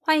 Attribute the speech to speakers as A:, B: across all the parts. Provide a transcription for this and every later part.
A: 欢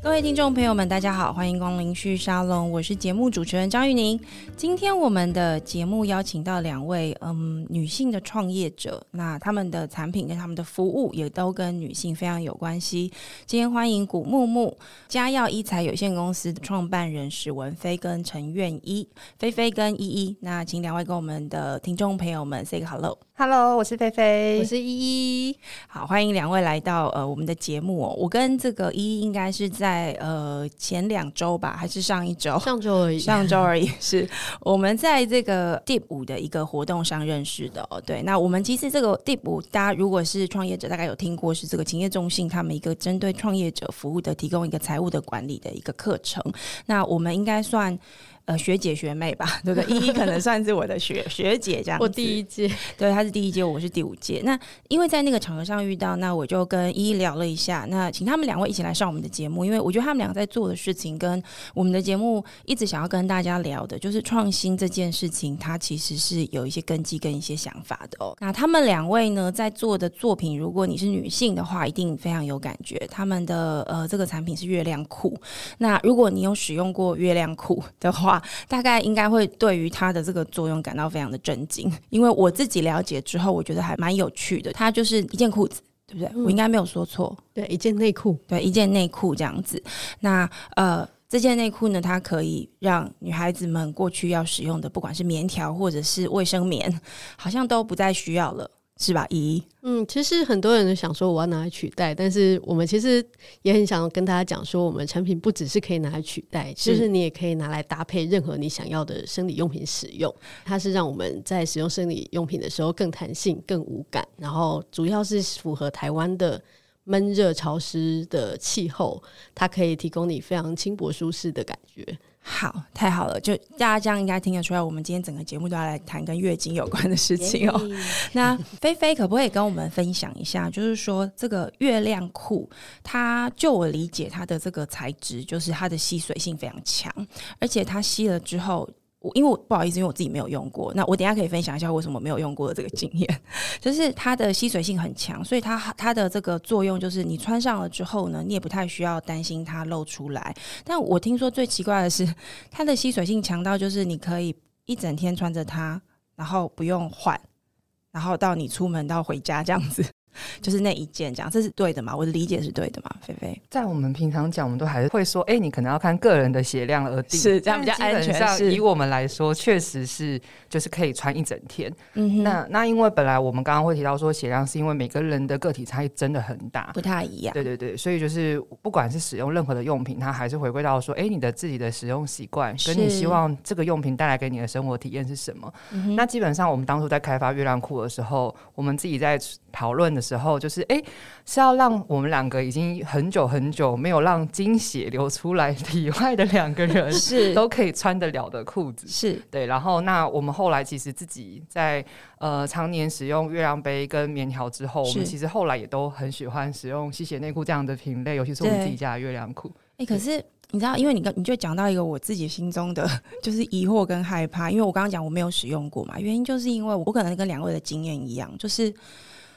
A: 各位听众朋友们，大家好，欢迎光临旭沙龙，我是节目主持人张玉宁。今天我们的节目邀请到两位嗯女性的创业者，那他们的产品跟他们的服务也都跟女性非常有关系。今天欢迎古木木嘉耀一财有限公司的创办人史文飞跟陈愿一。菲菲跟依依，那请两位跟我们的听众朋友们 say 个 hello。
B: Hello，我是菲菲，
A: 是依依，好，欢迎两位来到呃我们的节目哦。我跟这个依依应该是在呃前两周吧，还是上一周？
C: 上周而已。
A: 上周而已，是我们在这个 Deep 五的一个活动上认识的哦。对，那我们其实这个 Deep 五，大家如果是创业者，大概有听过是这个勤业中心他们一个针对创业者服务的，提供一个财务的管理的一个课程。那我们应该算。呃，学姐学妹吧，对不对？依依可能算是我的学学姐这样子。
C: 我第一届，
A: 对，他是第一届，我是第五届。那因为在那个场合上遇到，那我就跟依依聊了一下。那请他们两位一起来上我们的节目，因为我觉得他们俩在做的事情跟我们的节目一直想要跟大家聊的，就是创新这件事情，它其实是有一些根基跟一些想法的哦。那他们两位呢，在做的作品，如果你是女性的话，一定非常有感觉。他们的呃这个产品是月亮裤。那如果你有使用过月亮裤的话，大概应该会对于它的这个作用感到非常的震惊， 因为我自己了解之后，我觉得还蛮有趣的。它就是一件裤子，对不对？我应该没有说错，
C: 对，一件内裤，
A: 对，一件内裤这样子。那呃，这件内裤呢，它可以让女孩子们过去要使用的，不管是棉条或者是卫生棉，好像都不再需要了，是吧？咦，
C: 嗯，其实很多人都想说我要拿来取代，但是我们其实也很想跟大家讲说，我们产品不只是可以拿来取代，
A: 是
C: 就是你也可以拿来搭配任何你想要的生理用品使用。它是让我们在使用生理用品的时候更弹性、更无感，然后主要是符合台湾的闷热潮湿的气候，它可以提供你非常轻薄舒适的感觉。
A: 好，太好了！就大家这样应该听得出来，我们今天整个节目都要来谈跟月经有关的事情哦。 那菲菲可不可以跟我们分享一下，就是说这个月亮裤，它就我理解，它的这个材质就是它的吸水性非常强，而且它吸了之后。我因为我不好意思，因为我自己没有用过，那我等一下可以分享一下为什么没有用过的这个经验， 就是它的吸水性很强，所以它它的这个作用就是你穿上了之后呢，你也不太需要担心它露出来。但我听说最奇怪的是，它的吸水性强到就是你可以一整天穿着它，然后不用换，然后到你出门到回家这样子， 就是那一件这样，这是对的嘛？我的理解是对的嘛？菲菲
B: 在我们平常讲，我们都还是会说，哎、你可能要看个人的血量而定，
A: 是这样比较
B: 但
A: 安
B: 基本
A: 全，
B: 上以
A: 是
B: 我们来说，确实是就是可以穿一整天。
A: 嗯哼
B: 那那因为本来我们刚刚会提到说血量，是因为每个人的个体差异真的很大。
A: 不太一样，
B: 对对对，所以就是不管是使用任何的用品，它还是回归到说，哎，你的自己的使用习惯，跟你
A: 是
B: 希望这个用品带来给你的生活体验是什么。
A: 嗯哼
B: 那基本上我们当初在开发月亮裤的时候，我们自己在讨论的时候，就是哎、诶是要让我们两个已经很久很久没有让经血流出来 体外的两个人
A: 是
B: 都可以穿得了的裤子。
A: 是
B: 对，然后那我们后来其实自己在呃常年使用月亮杯跟棉条之后，我
A: 是
B: 们其实后来也都很喜欢使用吸血内裤这样的品类，尤其是我们
A: 对
B: 自己家的月亮裤。
A: 哎、可是你知道，因为你刚你就讲到一个我自己心中的 就是疑惑跟害怕，因为我刚刚讲我没有使用过嘛，原因就是因为我可能跟两位的经验一样，就是。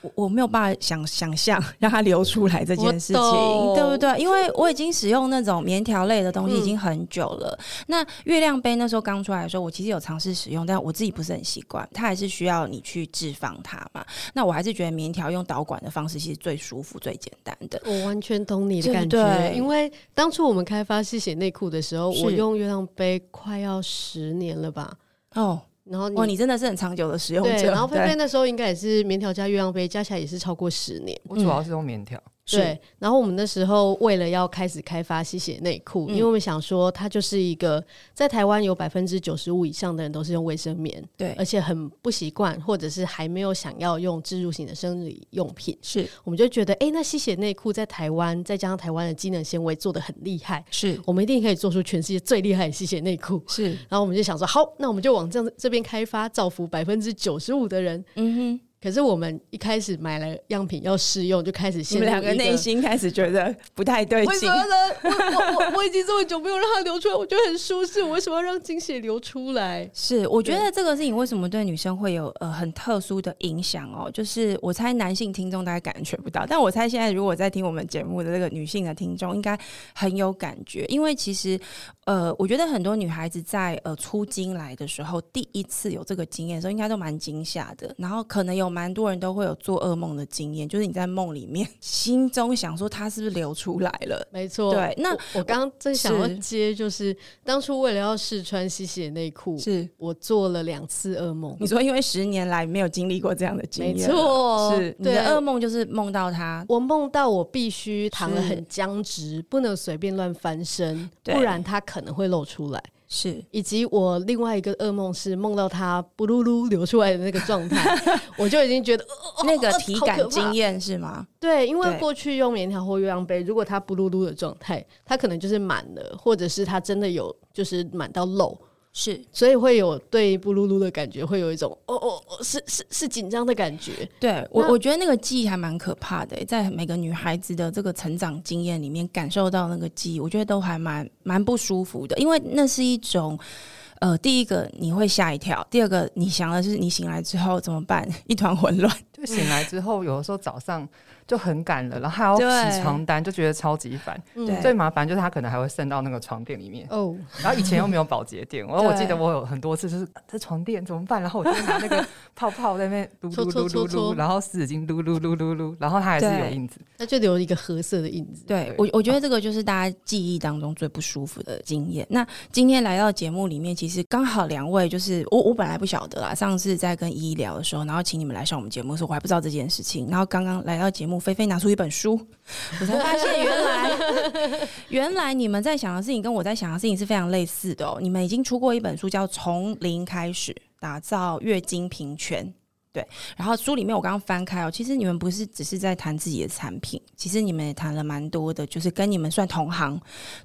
A: 我我没有办法想想象 让它流出来这件事情
C: 我，懂
A: 对不对？因为我已经使用那种棉条类的东西
C: 嗯
A: 已经很久了。那月亮杯那时候刚出来的时候，我其实有尝试使用，但我自己不是很习惯，它还是需要你去置放它嘛。那我还是觉得棉条用导管的方式其实最舒服、最简单的。
C: 我完全懂你的
A: 对
C: 感
A: 不
C: 觉，
A: 对
C: 因为当初我们开发吸血内裤的时候，
A: 是
C: 我用月亮杯快要十年了吧。
A: 哦，
C: 然后你,、
A: 哦，你真的是很长久的使用
C: 对，
A: 者。
C: 然后菲
A: 对
C: 菲那时候应该也是棉条加月亮杯，加起来也是超过十年。
B: 我主要是用棉条。
A: 嗯
C: 对，然后我们那时候为了要开始开发吸血内裤，
A: 嗯
C: 因为我们想说它就是一个在台湾有百分之九十五以上的人都是用卫生棉，
A: 对
C: 而，且很不习惯，或者是还没有想要用植入型的生理用品。
A: 是
C: 我们就觉得，哎、那吸血内裤在台湾，再加上台湾的机能纤维做的很厉害，
A: 是
C: 我们一定可以做出全世界最厉害的吸血内裤。
A: 是，
C: 然后我们就想说，好，那我们就往这这边开发，造福百分之九十五的人。
A: 嗯哼，
C: 可是我们一开始买了样品要试用，就开始
A: 你
C: 陷入
A: 们两
C: 个
A: 个内心开始觉得不太对
C: 为什
A: 劲
C: 么。呢？我我我我已经这么久没有让它流出来，我觉得很舒适，我为什么要让精血流出来？
A: 是，我觉得这个事情为什么对女生会有呃很特殊的影响哦？就是我猜男性听众大概感觉不到，但我猜现在如果在听我们节目的这个女性的听众，应该很有感觉，因为其实呃，我觉得很多女孩子在呃出经来的时候，第一次有这个经验的时候，应该都蛮惊吓的，然后可能有蛮多人都会有做噩梦的经验，就是你在梦里面 心中想说她是不是流出来了。
C: 没错，
A: 对，那
C: 我我刚刚正想要
A: 是
C: 接，就是当初为了要试穿西西的内裤，
A: 是
C: 我做了两次噩梦。
A: 你说，因为十年来没有经历过这样的经
C: 没
A: 验，
C: 错，
A: 是你
C: 对
A: 的噩梦就是梦到他，
C: 我梦到我必须躺得
A: 是
C: 很僵直，不能随便乱翻身，
A: 对
C: 不然它可能会露出来。
A: 是
C: 以及我另外一个噩梦是梦到它不噜噜流出来的那个状态， 我就已经觉得、呃
A: 那个
C: 呃
A: 体
C: 好可
A: 感
C: 怕
A: 经验是吗？
C: 对，因为
A: 对
C: 过去用棉条或月亮杯，如果它不噜噜的状态，它可能就是满了，或者是它真的有就是满到漏，
A: 是
C: 所以会有对不噜噜的感觉，会有一种哦哦哦，是是是紧张的感觉。
A: 对我，
C: 那
A: 我觉得那个记忆还蛮可怕的欸，在每个女孩子的这个成长经验里面，感受到那个记忆，我觉得都还蛮蛮不舒服的，因为那是一种。呃，第一个你会吓一跳，第二个你想的是你醒来之后怎么办， 一团混乱。
B: 就醒来之后，有的时候早上就很赶了，然后还要
A: 对
B: 洗床单，就觉得超级烦。
C: 嗯
A: 对
B: 最麻烦就是它可能还会渗到那个床垫里面。
C: 哦，
B: 然后以前又没有保洁垫，然后我
A: 对
B: 记得我有很多次就是啊这床垫怎么办？然后我就拿那个泡泡在那边撸
C: 搓
B: 撸
C: 搓
B: 撸
C: 搓
B: 撸
C: 搓
B: 撸，然后湿纸巾撸撸撸撸撸，然后它还是有
A: 对
B: 印子。
C: 那就留一个褐色的印子。
A: 对
B: 对
A: 我，我觉得这个就是大家记忆当中最不舒服的经验。那今天来到节目里面，其实刚好两位就是我，我本来不晓得啦。上次在跟依依聊的时候，然后请你们来上我们节目的时候，我还不知道这件事情。然后刚刚来到节目，菲菲拿出一本书，我才发现原来原来你们在想的事情跟我在想的事情是非常类似的哦。你们已经出过一本书叫《从零开始打造月经平权》。对，然后书里面我刚刚翻开哦，其实你们不是只是在谈自己的产品，其实你们也谈了蛮多的，就是跟你们算同行、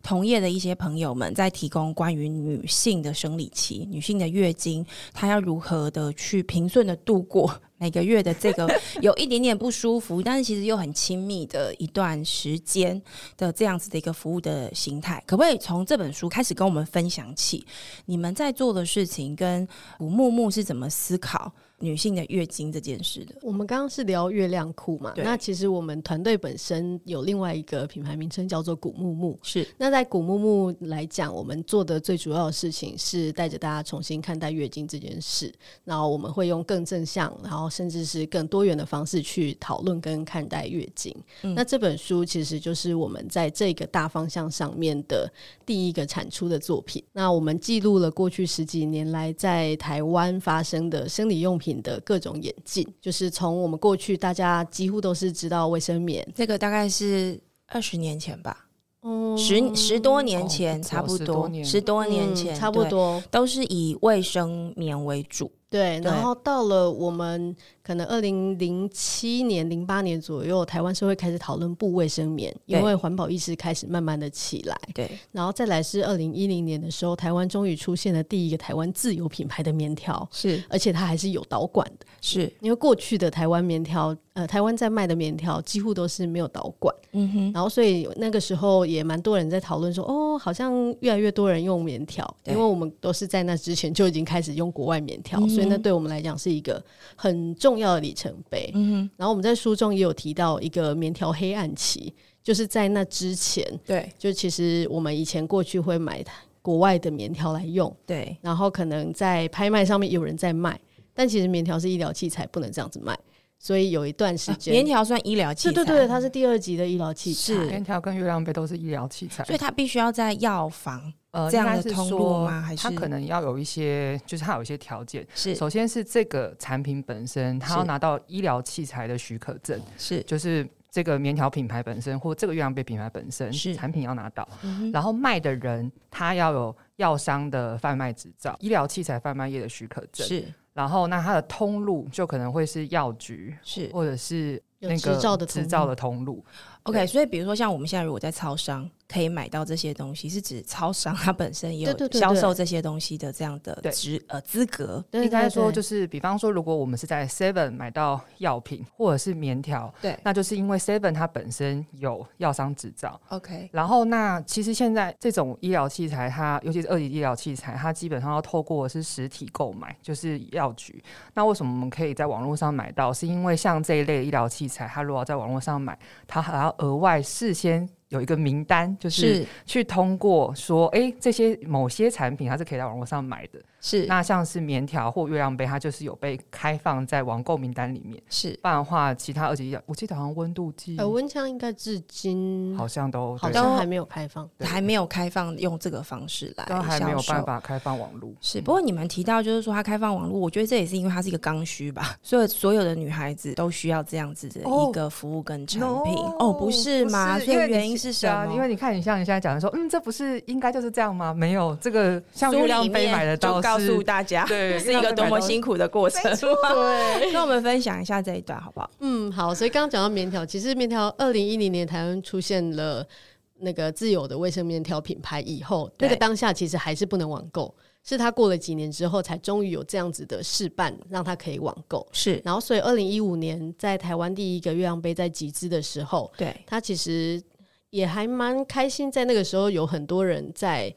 A: 同业的一些朋友们在提供关于女性的生理期、女性的月经，她要如何的去平顺的度过 每个月的这个有一点点不舒服，但是其实又很亲密的一段时间的这样子的一个服务的形态，可不可以从这本书开始跟我们分享起你们在做的事情跟木木是怎么思考？女性的月经这件事的。
C: 我们刚刚是聊月亮裤嘛，
A: 对
C: 那其实我们团队本身有另外一个品牌名称叫做古木木。
A: 是
C: 那在古木木来讲，我们做的最主要的事情是带着大家重新看待月经这件事，然后我们会用更正向，然后甚至是更多元的方式去讨论跟看待月经。
A: 嗯
C: 那这本书其实就是我们在这个大方向上面的第一个产出的作品。那我们记录了过去十几年来在台湾发生的生理用品的各种演进，就是从我们过去大家几乎都是知道卫生棉，
A: 这个大概是二十年前吧，
C: 嗯
A: 十十多年前
B: 哦
A: 差不
B: 十多
A: 多，
B: 年
A: 十多年前
C: 嗯差
A: 嗯
C: 不，
A: 对
C: 多。
A: 都是以卫生棉为主。
C: 对，
A: 对
C: 然后到了我们可能二零零七年、零八年左右，台湾社会开始讨论布卫生棉，因
A: 对
C: 为环保意识开始慢慢的起来。
A: 对，
C: 然后再来是二零一零年的时候，台湾终于出现了第一个台湾自有品牌的棉条，
A: 是
C: 而且它还是有导管的。
A: 是，
C: 因为过去的台湾棉条，呃，台湾在卖的棉条几乎都是没有导管，
A: 嗯哼，
C: 然后所以那个时候也蛮多人在讨论说，哦，好像越来越多人用棉条，
A: 对
C: 因为我们都是在那之前就已经开始用国外棉条，
A: 嗯哼
C: 所以那对我们来讲是一个很重要的里程碑。
A: 嗯
C: 然后我们在书中也有提到一个棉条黑暗期，就是在那之前，
A: 哼，对
C: 就其实我们以前过去会买国外的棉条来用，
A: 对
C: 然后可能在拍卖上面有人在卖，但其实棉条是医疗器材，不能这样子卖。所以有一段时
A: 啊
C: 间，
A: 棉条算医疗器
C: 对
A: 材，
C: 对对，它是第二级的医疗器材。
A: 是
B: 棉条跟月亮杯都是医疗器材，
A: 所以它必须要在药房，
B: 呃，
A: 这样
B: 应该
A: 的
B: 是
A: 通路
B: 说
A: 吗还
B: 它
A: 是
B: 可能要有一些，就是它有一些条件。
A: 是
B: 首先是这个产品本身，它要
A: 是
B: 拿到医疗器材的许可证，
A: 是，
B: 就是这个棉条品牌本身或这个月亮杯品牌本身
A: 是
B: 产品要拿到，
A: 嗯哼
B: 然后卖的人他要有药商的贩卖执照、医疗器材贩卖业的许可证，
A: 是
B: 然后那它的通路就可能会是药局
A: 是
B: 或者是
C: 有
B: 那个
C: 执照的通
B: 制造
C: 路
B: 的通路，
A: OK。所以比如说像我们现在如果在超商，可以买到这些东西，是指超商它本身也
C: 对对
A: 有
C: 对对
A: 销售这些东西的这样的
B: 对
A: 资呃资格。
C: 对
B: 应该
C: 对
B: 说
C: 对
B: 就是，比方说，如果我们是在 Seven 买到药品或者是棉条，
A: 对
B: 那就是因为 Seven 它本身有药商执照。
A: ，OK，
B: 然后，那其实现在这种医疗器材它，尤其是二级医疗器材，它基本上要透过的是实体购买，就是药局。那为什么我们可以在网络上买到？是因为像这一类的医疗器材，它如果要在网络上买，它还要额外事先有一个名单，就是
A: 是
B: 去通过说，哎，这些某些产品它是可以在网络上买的。
A: 是
B: 那像是棉条或月亮杯，它就是有被开放在网购名单里面。
A: 是，
B: 不然的话，其他二级医疗，我记得好像温度计
C: 呃，温枪应该至今
B: 好像都
C: 好
B: 对
C: 像还没有开放。
B: 对
A: 还没有开放用这个方式来
B: 都还没有
A: 销售
B: 办法开放网络。
A: 是，不过你们提到就是说它开放网络，我觉得这也是因为它是一个刚需吧，所以所有的女孩子都需要这样子的
B: 哦
A: 一个服务跟产
B: No，
A: 品。哦，不是吗？所以
B: 因为你
A: 原因是什
B: 对啊
A: 么？
B: 因为你看，你像你现在讲的说，嗯，这不是应该就是这样吗？没有，这个像
A: 书
B: 月
A: 里
B: 亮杯
A: 面
B: 买的到
A: 就告诉
B: 是，
A: 大家，
B: 对，
A: 是一个多么辛
B: 苦。
A: 苦的过程。
C: 对，
A: 跟我们分享一下这一段好不好？
C: 嗯，好。所以刚刚讲到棉条，其实棉条二零一零年台湾出现了那个自有的卫生棉条品牌以后，那个
A: 对
C: 当下其实还是不能网购，是他过了几年之后，才终于有这样子的示范，让他可以网购。
A: 是
C: 然后，所以二零一五年在台湾第一个月亮杯在集资的时候，
A: 对，
C: 他其实也还蛮开心，在那个时候有很多人在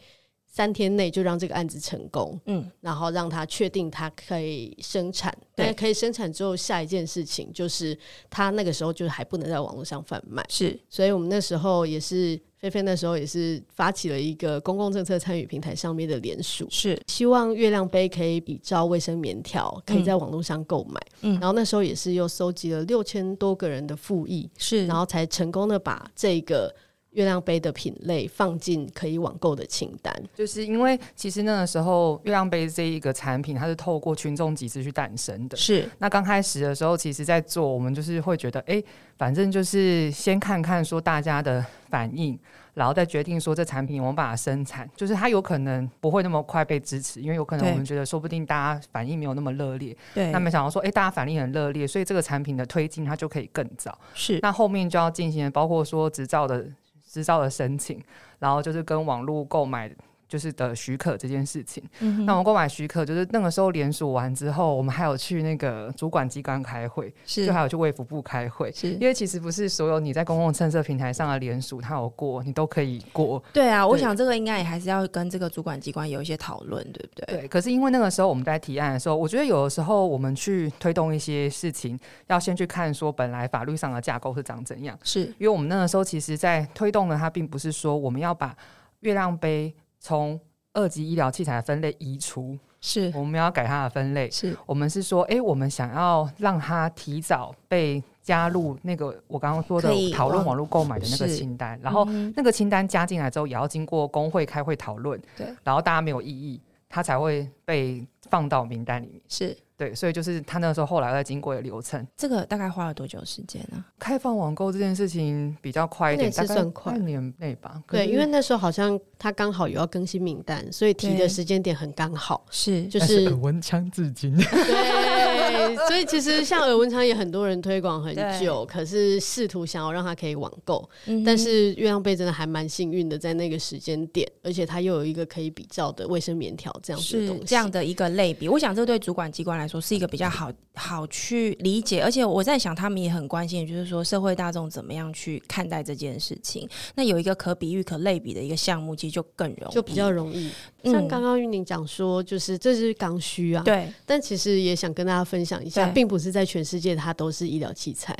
C: 三天内就让这个案子成功，
A: 嗯，
C: 然后让他确定他可以生产。
A: 对
C: 但可以生产之后，下一件事情就是他那个时候就是还不能在网络上贩卖，
A: 是
C: 所以我们那时候也是菲菲那时候也是发起了一个公共政策参与平台上面的联署，
A: 是
C: 希望月亮杯可以比照卫生棉条，可以在网络上购买。
A: 嗯
C: 然后那时候也是又搜集了六千多个人的复议，
A: 是，
C: 然后才成功的把这个月亮杯的品类放进可以网购的清单。
B: 就是因为其实那个时候，月亮杯这一个产品，它是透过群众集资去诞生的。
A: 是
B: 那刚开始的时候，其实在做，我们就是会觉得，哎、反正就是先看看说大家的反应，然后再决定说这产品我们把它生产，就是它有可能不会那么快被支持，因为有可能
A: 对
B: 我们觉得说不定大家反应没有那么热烈，
A: 对，
B: 那没想到说，哎、大家反应很热烈，所以这个产品的推进它就可以更早。
A: 是
B: 那后面就要进行包括说执照的执照的申请，然后就是跟网络购买。就是的许可这件事情，
A: 嗯
B: 那我们购买许可，就是那个时候联署完之后，我们还有去那个主管机关开会，
A: 是
B: 就还有去卫福部开会，
A: 是
B: 因。为其实不是所有你在公共政策平台上的联署，它有过，你都可以过。
A: 对啊，我
B: 对
A: 想这个应该也还是要跟这个主管机关有一些讨论，对不对？
B: 对，可是因为那个时候我们在提案的时候，我觉得有的时候我们去推动一些事情，要先去看说本来法律上的架构是长怎样。
A: 是
B: 因为我们那个时候其实，在推动的它并不是说我们要把月亮杯从二级医疗器材的分类移除，
A: 是
B: 我们要改它的分类。
A: 是
B: 我们是说，哎、我们想要让它提早被加入那个我刚刚说的
A: 可以
B: 讨论
A: 往
B: 网络购买的那个
A: 是
B: 清单，然后
A: 嗯
B: 那个清单加进来之后，也要经过工会开会讨论，
A: 对，
B: 然后大家没有异议，它才会被放到名单里面。
A: 是
B: 对，所以就是他那个时候后来在经过的流程，
A: 这个大概花了多久时间呢？
B: 开放网购这件事情比较快一
C: 那
B: 点，
C: 也
B: 大
C: 是
B: 概
C: 算快
B: 半年内吧。可
C: 对，
B: 是
C: 因为那时候好像他刚好有要更新名单，所以提
A: 嗯对
C: 的时间点很刚好。
A: 是
C: 就
B: 但
C: 是
B: 耳闻枪至今，
C: 对，所以其实像耳文昌也很多人推广很久，可是试图想要让它可以网购，
A: 嗯哼
C: 但是月亮杯真的还蛮幸运的，在那个时间点，而且它又有一个可以比较的卫生棉条这样子的
A: 是
C: 东西。
A: 这样的一个类比，我想这对主管机关来说是一个比较好好去理解，而且我在想他们也很关心，就是说社会大众怎么样去看待这件事情。那有一个可比喻、可类比的一个项目，其实就更容易，
C: 就比较容易，
A: 嗯
C: 像刚刚玉宁讲说，就是这是刚需啊，
A: 对
C: 但其实也想跟大家分享一下，
A: 对
C: 并不是在全世界它都是医疗器材，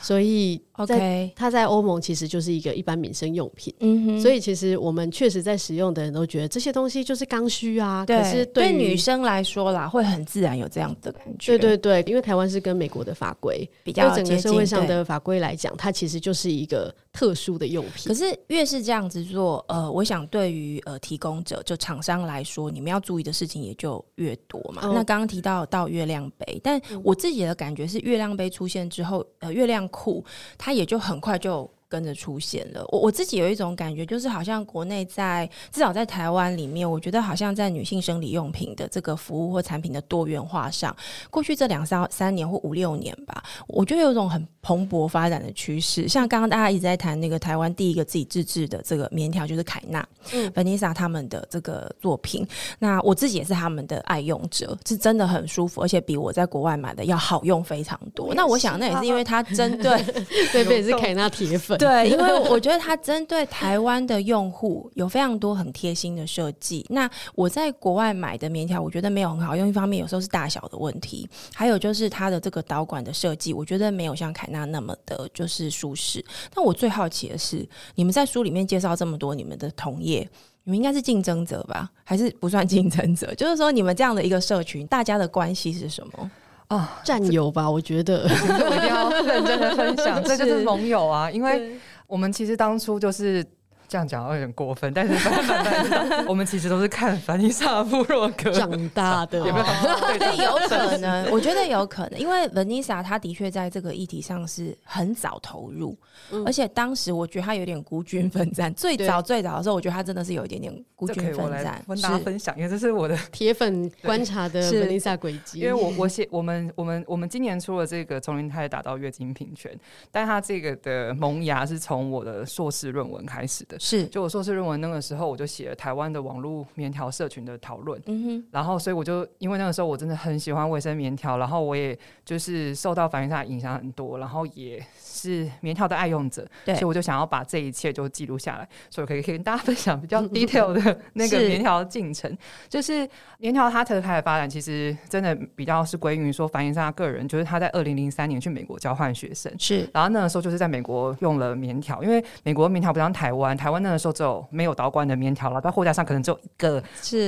C: 所以在
A: ，OK，
C: 它在欧盟其实就是一个一般民生用品。
A: 嗯哼
C: 所
A: 以
C: 以其实我们确实在使用的人都觉得这些东西就是刚需啊，可是
A: 对
C: 于
A: 女，生来说啦，会很自然有这样的感觉，
C: 对对对，因为台湾是跟美国的法规，
A: 比较
C: 就整
A: 接
C: 个
A: 近
C: 社会上
A: 对
C: 的法规来讲，它其实就是一个特殊的用品
A: 可。是越是这样子做，呃，我想对于呃提供者就厂商来说，你们要注意的事情也就越多嘛。
C: 哦
A: 那刚刚提到到月亮杯，但我自己的感觉是，月亮杯出现之后，呃，月亮裤它也就很快就。跟着出现了。我我自己有一种感觉，就是好像国内在至少在台湾里面，我觉得好像在女性生理用品的这个服务或产品的多元化上，过去这两三三年或五六年吧，我觉得有一种很蓬勃发展的趋势。像刚刚大家一直在谈那个台湾第一个自己自制的这个棉条，就是凯纳、嗯、Vanessa 他们的这个作品。那我自己也是他们的爱用者，是真的很舒服，而且比我在国外买的要好用非常多。那我想那也是因为它针对
C: 贝贝是凯纳铁粉，
A: 对，因为我觉得它针对台湾的用户有非常多很贴心的设计。那我在国外买的棉条，我觉得没有很好用，一方面有时候是大小的问题，还有就是它的这个导管的设计，我觉得没有像凯纳那么的就是舒适。但我最好奇的是，你们在书里面介绍这么多你们的同业。你们应该是竞争者吧，还是不算竞争者？就是说，你们这样的一个社群，大家的关系是什么？
B: 啊，
C: 战友吧，我 觉得
B: 我一定要认真的分享，这就是盟友啊。因为我们其实当初就是这样讲，有点过分，但是反反 反，我们其实都是看凡妮莎布洛格
C: 长哦大的，
B: 有没有？
A: 对，有可能，我觉得有可能，因为 Vanessa 她的确在这个议题上是很早投入，
C: 嗯
A: 而且当时我觉得她有点孤军奋战。最
C: 对
A: 早最早的时候，我觉得她真的是有一点点孤
B: 这可
A: 军
B: 以我
A: 奋
B: 来
A: 战，
B: 跟
A: 是
B: 大家分享，因为这是 我的
C: 铁粉观察的
A: 是
C: Vanessa 轨迹，
B: 因为我我写我们我们我们今年出了这个从零开始打造月经平权，但它这个的萌芽是从我的硕士论文开始的。
A: 是，
B: 就我硕士论文那个时候，我就写了台湾的网络棉条社群的讨论，
A: 嗯哼，
B: 然后所以我就因为那个时候我真的很喜欢卫生棉条，然后我也就是受到凡云莎的影响很多，然后也是棉条的爱用者，
A: 对
B: 所以我就想要把这一切就记录下来，所以我可以可以跟大家分享 比较 detail 的那个
A: 是
B: 棉条进程。就是棉条它的开始发展，其实真的比较是归于说凡云莎个人，就是他在二零零三年去美国交换学生，
A: 是
B: 然后那个时候就是在美国用了棉条，因为美国棉条不像台湾，台湾那个时候只有没有导管的棉条，然后在货架上可能只有一个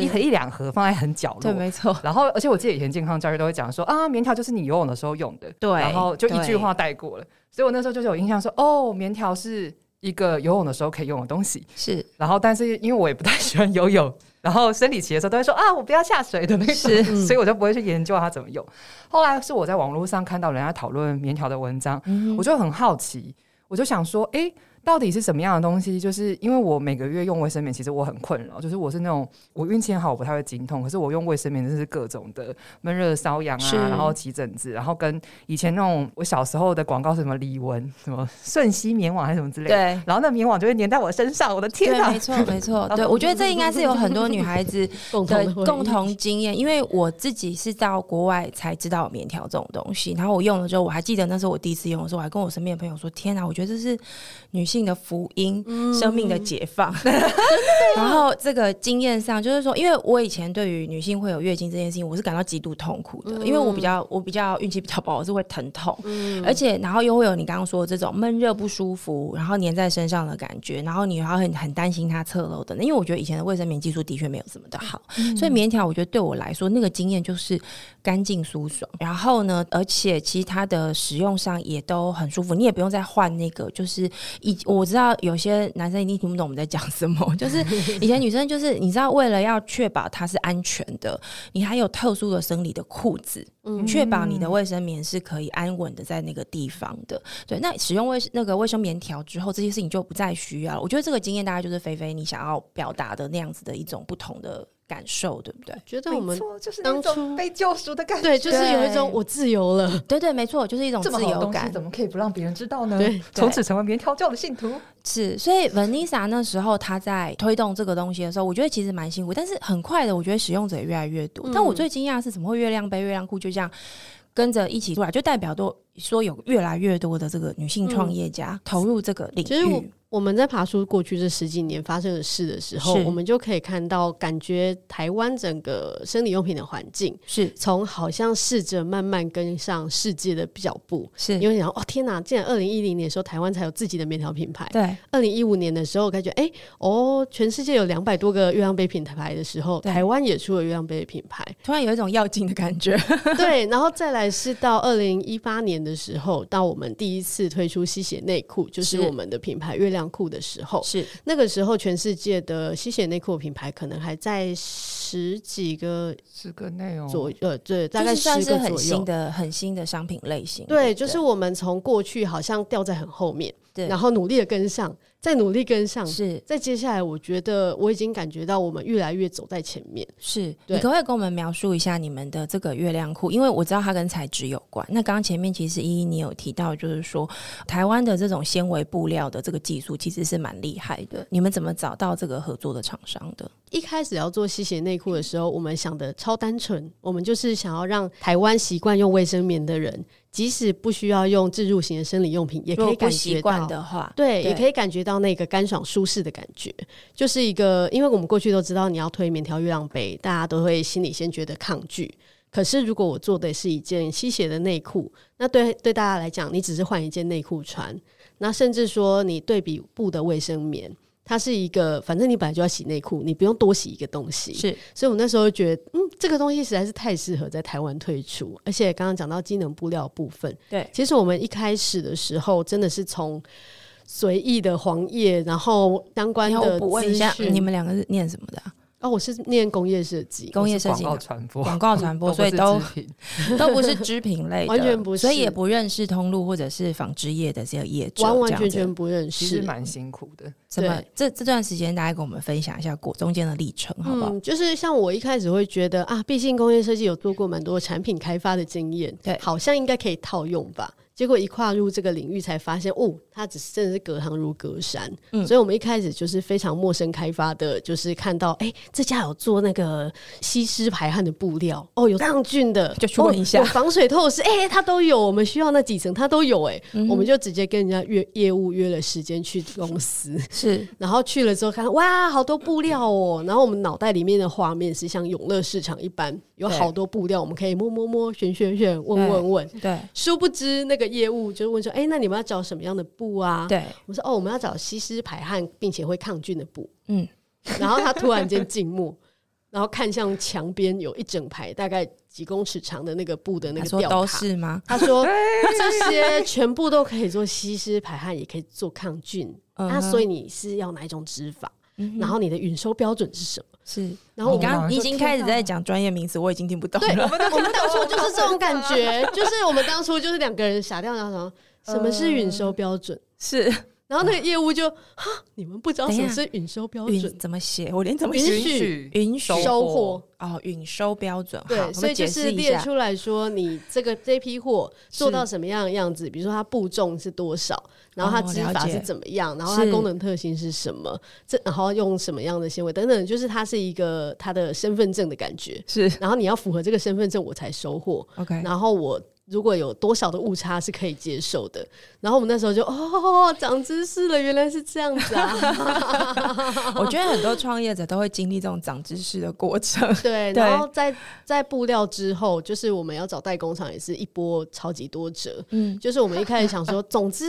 B: 一盒
A: 是，
B: 一两盒放在很角
A: 对，
B: 落。
A: 没错，
B: 然后，而且我记得以前健康教育都会讲说啊，棉条就是你游泳的时候用的，
A: 对
B: 然后就一
A: 对
B: 句话带过了。所以我那时候就是有印象说，哦，棉条是一个游泳的时候可以用的东西。
A: 是
B: 然后，但是因为我也不太喜欢游泳， 然后生理期的时候都会说啊，我不要下水的那种，
A: 是嗯
B: 所以我就不会去研究它怎么用。后来是我在网络上看到人家讨论棉条的文章，
A: 嗯
B: 我就很好奇，我就想说，诶，到底是什么样的东西？就是因为我每个月用卫生棉，其实我很困扰，就是我是那种我运气很好，我不太会经痛，可是我用卫生棉就是各种的闷热瘙痒啊
A: 是，
B: 然后起疹子，然后跟以前那种我小时候的广告是什么李玟什么瞬息棉网还是什么之类的，
A: 对。
B: 然后那棉网就会粘在我身上，我的天
A: 对，
B: 啊
A: 没！错，没错， 对我觉得这应该是有很多女孩子
C: 共同
A: 对
C: 的回忆
A: 共同经验，因为我自己是到国外才知道有棉条这种东西，然后我用了之后，我还记得那时候我第一次用的时候，我还跟我身边的朋友说：“天哪，我觉得这是女性的福音，
C: 嗯
A: 生命的解放。 然后这个经验上，就是说，因为我以前对于女性会有月经这件事情，我是感到极度痛苦的，
C: 嗯
A: 因为我比较我比较运气比较不好，我是会疼痛，而且然后又会有你刚刚说的这种闷热不舒服，然后粘在身上的感觉，然后你还很很担心它侧漏的，因为我觉得以前的卫生棉技术的确没有这么的好，所以棉条我觉得对我来说那个经验就是干净舒爽，然后呢，而且其他的使用上也都很舒服，你也不用再换那个，就是以我知道有些男生一定听不懂我们在讲什么， 就是以前女生就是你知道为了要确保它是安全的，你还有特殊的生理的裤子，确保你的卫生棉是可以安稳的在那个地方的。对，那使用卫那个卫生棉条之后，这些事情就不再需要了。我觉得这个经验大概就是菲菲你想要表达的那样子的一种不同的感受，对不对？
C: 觉得我们
B: 就是
C: 那种当初被
B: 救赎的感
C: 对，就是有一种
A: 对
C: 我自由了。
A: 对对，没错，就是一种自由感。
B: 么可以不让别人知道呢
C: 对
A: 从
B: 此成为棉条教的信徒。
A: 是，所以 Vanessa 那时候她在推动这个东西的时候，我觉得其实蛮辛苦，但是很快的，我觉得使用者也越来越
C: 嗯
A: 多。但我最惊讶的是，怎么会月亮杯、月亮裤就这样跟着一起出来，就代表多说有越来越多的这个女性创业家投入这个领域。
C: 嗯其实我我们在爬出过去这十几年发生的事的时候，
A: 是
C: 我们就可以看到，感觉台湾整个生理用品的环境，
A: 是
C: 从好像试着慢慢跟上世界的脚步。
A: 是，为
C: 因为想，哦天哪！竟然二零一零年的时候，台湾才有自己的棉条品牌。
A: 对
C: 二零一五年的时候，感觉哎、哦，全世界有两百多个月亮杯品牌的时候，
A: 对
C: 台湾也出了月亮杯的品牌。
A: 突然有一种要劲的感觉，
C: 对，然后再来是到二零一八年的时候，到我们第一次推出吸血内裤，就是
A: 是
C: 我们的品牌月亮裤的时候，
A: 是
C: 那个时候全世界的吸血内裤品牌可能还在十几个
B: 是个内容
C: 左呃，对，大概
A: 哦就是算
C: 十
A: 是
C: 个
A: 很
C: 左
A: 新
C: 右。
A: 的、很新的商品类型。
C: 对，就是我们从过去好像掉在很后面，
A: 对
C: 然后努力的跟上，再努力跟上，
A: 是
C: 再接下来，我觉得我已经感觉到我们越来越走在前面。
A: 是，你
C: 对
A: 可不可以跟我们描述一下你们的这个月亮裤？因为我知道它跟材质有关。那刚刚前面其实依依你有提到，就是说台湾的这种纤维布料的这个技术其实是蛮厉害的。你们怎么找到这个合作的厂商的？
C: 一开始要做吸血内裤的时候，我们想的超单纯，我们就是想要让台湾习惯用卫生棉的人，即使不需要用置入型的生理用品，也
A: 如
C: 可
A: 果
C: 以
A: 不
C: 感
A: 习
C: 觉
A: 惯
C: 到。
A: 的话，
C: 对，
A: 对
C: 也可以感觉到那个干爽舒适的感觉，就是一个，因为我们过去都知道你要推棉条月亮杯，大家都会心里先觉得抗拒。可是如果我做的是一件吸血的内裤，那对对大家来讲，你只是换一件内裤穿，那甚至说你对比布的卫生棉，它是一个，反正你本来就要洗内裤，你不用多洗一个东西。
A: 是
C: 所以我那时候觉得，嗯，这个东西实在是太适合在台湾推出，而且刚刚讲到机能布料的部分，
A: 对
C: 其实我们一开始的时候真的是从随意的黄页，然后相关
A: 然后
C: 的
A: 我补问一
C: 资
A: 下，
C: 讯。
A: 你们两个是念什么的啊、
C: 哦，我是念工业设计，
A: 工业设
B: 广
A: 计
B: 告
A: 嘛、
B: 传播，
A: 广告传播，
B: 不
A: 所以
B: 是
A: 都
B: 织 品
A: 都不是织品类的，
C: 完全不是
A: 所以也不认识通路或者是纺织业的这个业者，
C: 完完
A: 这样
C: 全
A: 子
C: 全不认
B: 其实
C: 识。
B: 蛮辛苦的。
A: 怎么
C: 对
A: 这这段时间大家跟我们分享一下过中间的历程，好不好？
C: 嗯，就是像我一开始会觉得啊，毕竟工业设计有做过蛮多产品开发的经验，
A: 对
C: 好像应该可以套用吧。结果一跨入这个领域，才发现哦，它只是真的是隔行如隔山。
A: 嗯
C: 所以我们一开始就是非常陌生开发的，就是看到哎、这家有做那个吸湿排汗的布料，哦，有抗菌的，
A: 就去问一下
C: 哦有防水透视，哎、它都有，我们需要那几层它都有、哎、
A: 嗯
C: 我们就直接跟人家约业务约了时间去公 司。
A: 是
C: 然后去了之后看，哇，好多布料哦！然后我们脑袋里面的画面是像永乐市场一般，有
A: 对
C: 好多布料，我们可以摸摸摸、选选选、
A: 对
C: 问问问。
A: 对
C: 殊不知那个业务就问说：“哎，那你们要找什么样的布啊？”
A: 对，
C: 我说：“哦，我们要找吸湿排汗并且会抗菌的布。”
A: 嗯，
C: 然后他突然间静默， 然后看向墙边有一整排大概几公尺长的那个布的那
A: 他
C: 个
A: 说
C: 吊
A: 都
C: 卡。
A: 是吗？
C: 他说这些全部都可以做吸湿排汗，也可以做抗菌。
A: 嗯
C: 那
A: 哼
C: 啊
A: 嗯
C: 所以你是要哪一种织法？然后你的运收标准是什么？
A: 是。
C: 然后我
A: 你
C: 们
A: 刚
B: 我
A: 刚
B: 们
A: 你已
B: 就
A: 经
B: 听
A: 开始
B: 到
A: 在讲专业名哦词，我已经听不懂
C: 对，
A: 了。
C: 我们我们当初就是这种感觉，就是我们当初就是两个人傻掉，然后想
A: 嗯
C: 说什么是运收标准？
A: 是
C: 然后那个业务就哈，你们不知道
A: 等一
C: 什
A: 下
C: 么是运收标
A: 允
C: 准？
A: 怎么写？我连怎么
C: 允
A: 写
C: 许
A: 允许
C: 收货，
A: 哦，允收标准。好我
C: 对，
A: 们
C: 所以就
A: 解释
C: 是
A: 一
C: 列
A: 下
C: 出来说，你这个这批货做
A: 是
C: 到什么样的样子，比如说它布重是多少，然后
A: 哦
C: 它织
A: 了
C: 法
A: 解
C: 是怎么样，然后它
A: 是
C: 功能特性是什么，这然后用什么样的纤维等等，就是它是一个它的身份证的感觉。
A: 是
C: 然后你要符合这个身份证，我才收货。
A: OK，
C: 然后我如果有多少的误差是可以接受的。然后我们那时候就哦，长知识了，原来是这样子啊。
A: 我觉得很多创业者都会经历这种长知识的过 程。
C: 对，
A: 对
C: 然后在在布料之后，就是我们要找代工厂，也是一波超级多折。
A: 嗯，
C: 就是我们一开始想说，总之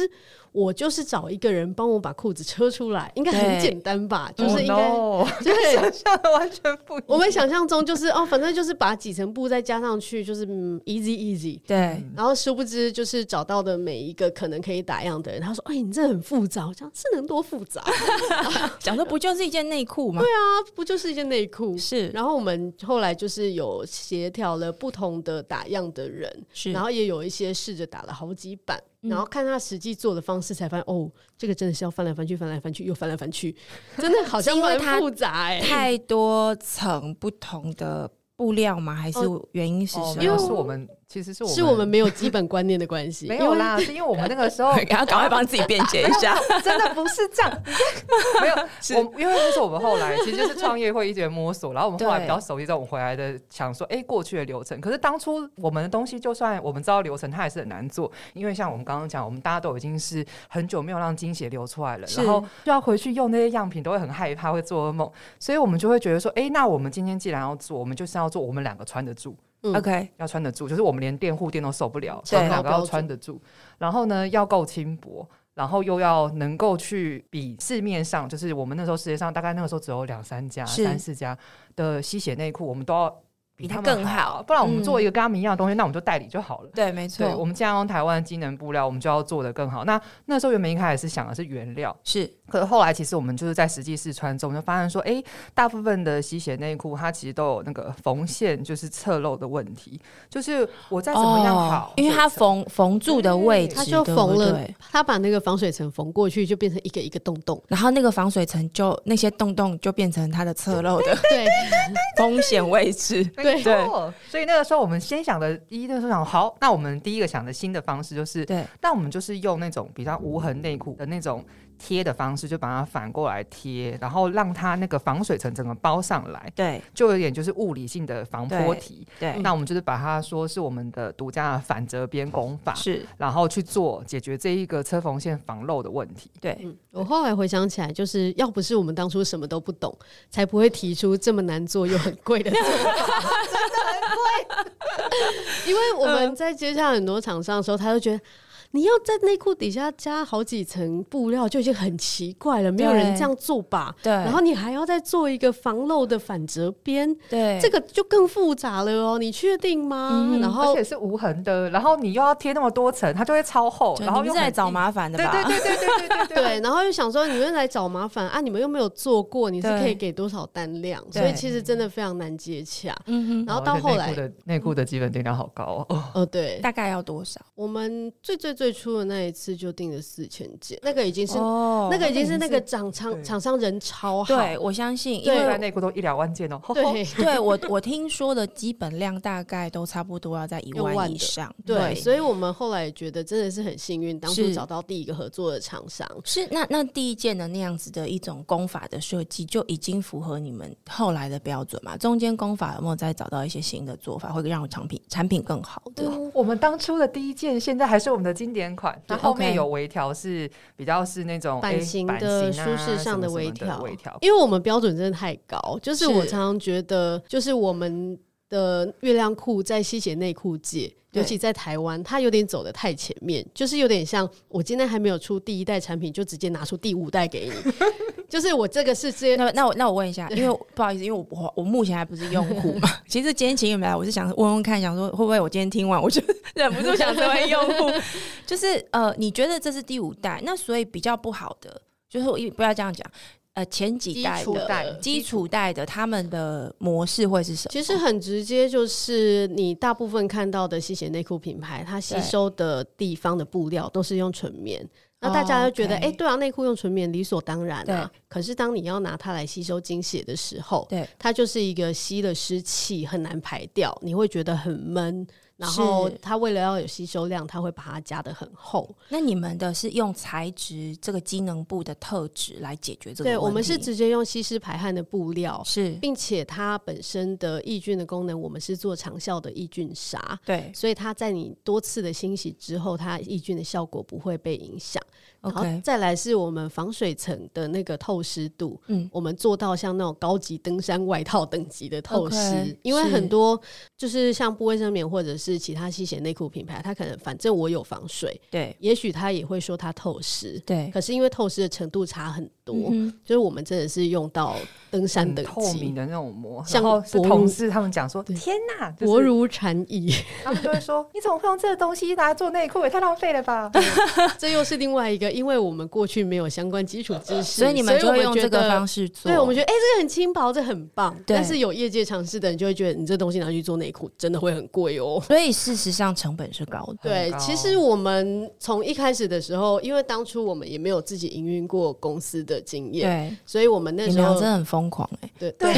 C: 我就是找一个人帮我把裤子车出来，应该
A: 对哦
C: 很简单吧？就是应该、
B: Oh no，
C: 对，
B: 想的完全不一样。
C: 我们想象中就是哦，反正就是把几层布再加上去，就是嗯，easy easy。
A: 对，
C: 然后殊不知，就是找到的每一个可能可以打样的人，他说：“哎、你这很复杂。”我讲是能多复杂？
A: 讲说不就是一件内裤吗？对啊，
C: 它不就是一件内裤？
A: 是
C: 然后我们后来就是有协调了不同的打样的人，
A: 是，
C: 然后也有一些试着打了好几版，然后看他实际做的方式，才发现哦，这个真的是要翻来翻去，翻来翻去，又翻来翻去，真的好像
A: 是因为
C: 蛮
A: 它
C: 复杂哎、
A: 太多层不同的布料吗？还是原因是什
B: 哦
A: 么？
B: 没有，是我们其实是我们
C: 是我们没有基本观念的关系，
B: 没
C: 因
B: 有
C: 为
B: 啦，是因为我们那个时 候
A: 然后赶快帮自己辩解一 下。
B: 真的不是这样， 没有我，因为那是我们后 来其实就是创业会一直摸索，然后我们后来比较熟悉之后，我们回来的想说，哎、过去的流程，可是当初我们的东西，就算我们知道流程，它也是很难做，因为像我们刚刚讲，我们大家都已经是很久没有让精血流出来了，
A: 是
B: 然后就要回去用那些样品，都会很害怕，会做噩梦，所以我们就会觉得说，哎、那我们今天既然要做，我们就是要做我们两个穿得住。
C: 嗯
A: OK，
B: 要穿得住，就是我们连垫护垫都受不了，
A: 对
B: 我们两个要穿得住，然后呢要够轻薄。然后又要能够去比市面上，就是我们那时候世界上大概那个时候只有两三家、
A: 是
B: 三四家的吸血内裤，我们都要
A: 比
B: 他
A: 它
B: 们
A: 更
B: 好
A: 好
B: 啊，不然我们
A: 嗯
B: 做一个跟他们一样的东西，那我们就代理就好了。
A: 对，没
B: 对，我
A: 错，
B: 们既然用台湾的机能布料，我们就要做得更好。那那时候原本一开始是想的是原料，
A: 是
B: 可是后来其实我们就是在实际试穿中，我们就发现说，哎、大部分的吸血内裤它其实都有那个缝线就是侧漏的问题，就是我再怎么样好，
A: 哦因为它缝缝住的位置，
C: 它
B: 对
C: 就缝
A: 对
C: 了，
A: 不对
C: 它把那个防水层缝过去，就变成一个一个洞洞。
A: 然后那个防水层就那些洞洞就变成它的侧漏的
C: 对，
A: 风险位置。
B: 没
C: 对
B: 错，所以那个时候我们先想的，第一那个时候想，好，那我们第一个想的新的方式就是，
A: 对，
B: 那我们就是用那种比较无痕内裤的那种贴的方式，就把它反过来贴，然后让它那个防水层整个包上来，
A: 对，
B: 就有点就是物理性的防波堤。
A: 对，
B: 那我们就是把它说是我们的独家的反折边工法，
A: 是，
B: 然后去做解决这一个车缝线防漏的问题。
A: 对，
C: 我后来回想起来，就是要不是我们当初什么都不懂，才不会提出这么难做又很贵的做 法，真的很贵。 因为我
A: 嗯
C: 们在接洽很多厂商的时候，他就觉得。你要在内裤底下加好几层布料就已经很奇怪了，没有人
A: 对
C: 这样做吧？
A: 对，
C: 然后你还要再做一个防漏的反折边，
A: 对
C: 这个就更复杂了哦。你确定吗？
A: 嗯
C: 然
B: 而
C: 后
B: 且是无痕的，然后你又要贴那么多层，它就会超厚，
A: 就
B: 然
A: 你
B: 后
A: 们
B: 又
A: 是来
B: 很
A: 找
B: 硬
A: 麻烦的
B: 对
A: 吧？
B: 对对对对对啊对
C: 对，然后又想说你们来找麻烦啊，你们又没有做过，你是
A: 对
C: 可以给多少单量？
A: 对
C: 所以其实真的非常难接洽。
A: 嗯哼，
C: 然后到后来
B: 内裤，的内裤的基本定量好高哦，
C: 哦，对，
A: 大概要多少？
C: 我们最最最初的那一次就定了四千件，那个已经是、
A: 哦
C: 那个已经是那个厂
B: 对
C: 厂厂商人超好，
A: 对我相信，因
C: 对
B: 现在
A: 为。
B: 内裤都一两万件哦。
C: 对
A: 对我，我听说的基本量大概都差不多要在一
C: 六万
A: 万以
C: 的
A: 上。
C: 对，
A: 对，
C: 所以我们后来也觉得真的是很幸运，当初
A: 是
C: 找到第一个合作的厂商。
A: 是那那第一件的那样子的一种功法的设计，就已经符合你们后来的标准嘛？中间功法有没有再找到一些新的做法，会让产品产品更好的？
B: 哦我们当初的第一件，现在还是我们的经典款，它
A: 对
B: 后面
A: OK
B: 有微调，是比较是那种
C: 版
B: 哦诶
C: 型
B: 版
C: 的
B: 型
C: 舒
B: 啊
C: 适上
B: 什么什么的
C: 微调，
B: 微调。
C: 因为我们标准真的太高，就是
A: 是
C: 我常常觉得，就是我们的月亮裤在吸血内裤界，
A: 对
C: 尤其在台湾，它有点走的太前面，就是有点像我今天还没有出第一代产品，就直接拿出第五代给你， 就是我这个是直接
A: 那那我那我问一下，因为我不好意思，因为我我我目前还不是用户嘛。其实今天请你们来，我是想问问看，想说会不会我今天听完我就忍不住想成为用 户。就是呃，你觉得这是第五代，那所以比较不好的，就是我一不要这样讲，呃，前几
C: 基
A: 代
C: 础
A: 的
C: 的
B: 的。
A: 基础代的他们的哦模式会是什么？
C: 其实很直接，就是你大部分看到的吸血内裤品牌，它吸
A: 对
C: 收的地方的布料都是用纯棉。那大家
A: 哦
C: 就觉得，哎、
A: ，OK
C: 对啊，内裤用纯棉理所当然啊。可是当你要拿它来吸收精血的时候，
A: 对
C: 它就是一个吸了湿气，很难排掉，你会觉得很闷。然后
A: 是
C: 它为了要有吸收量，它会把它加的很厚。
A: 那你们的是用材质这个机能部的特质来解决这个问
C: 对，
A: 题？
C: 我们是直接用吸湿排汗的布料，
A: 是
C: 并且它本身的抑菌的功能，我们是做长效的抑菌纱。
A: 对
C: 所以它在你多次的清洗之后，它抑菌的效果不会被影响。然后
A: ，OK，
C: 再来是我们防水层的那个透湿度，
A: 嗯，
C: 我们做到像那种高级登山外套等级的透湿
A: OK，
C: 因为
A: 是
C: 很多就是像不卫生棉或者是其他吸血内裤品牌，它可能反正我有防水，
A: 对
C: 也许它也会说它透湿，
A: 对，
C: 可是因为透湿的程度差很多，
A: 嗯哼
C: 就是我们真的是用到登山
B: 很
C: 等
B: 透明
C: 级，
B: 的那种膜，
C: 像
B: 然后是
C: 薄
B: 同
C: 如
B: 事他们讲说：“天哪，就是
C: 薄如蝉翼。
B: 他们就会说：“你怎么会用这个东西拿来做内裤？也太浪费了吧！”
C: 这又是另外一个，因为我们过去没有相关基础知识，
A: 所以你们就
C: 我
A: 会用这
C: 觉
A: 个
C: 得
A: 方式做。
C: 对，我们觉得哎、这个很轻薄，这很棒。
A: 对
C: 但是有业界尝试的人就会觉得，你这东西拿去做内裤真的会很贵 哦。
A: 所以事实上成本是高的。啊
C: 对，
B: 高
C: 其实我们从一开始的时候，因为当初我们也没有自己营运过公司的经验，
A: 对，
C: 所以我们那
A: 你
C: 时
A: 们俩
C: 候
A: 真的很疯狂哎、
C: 对对，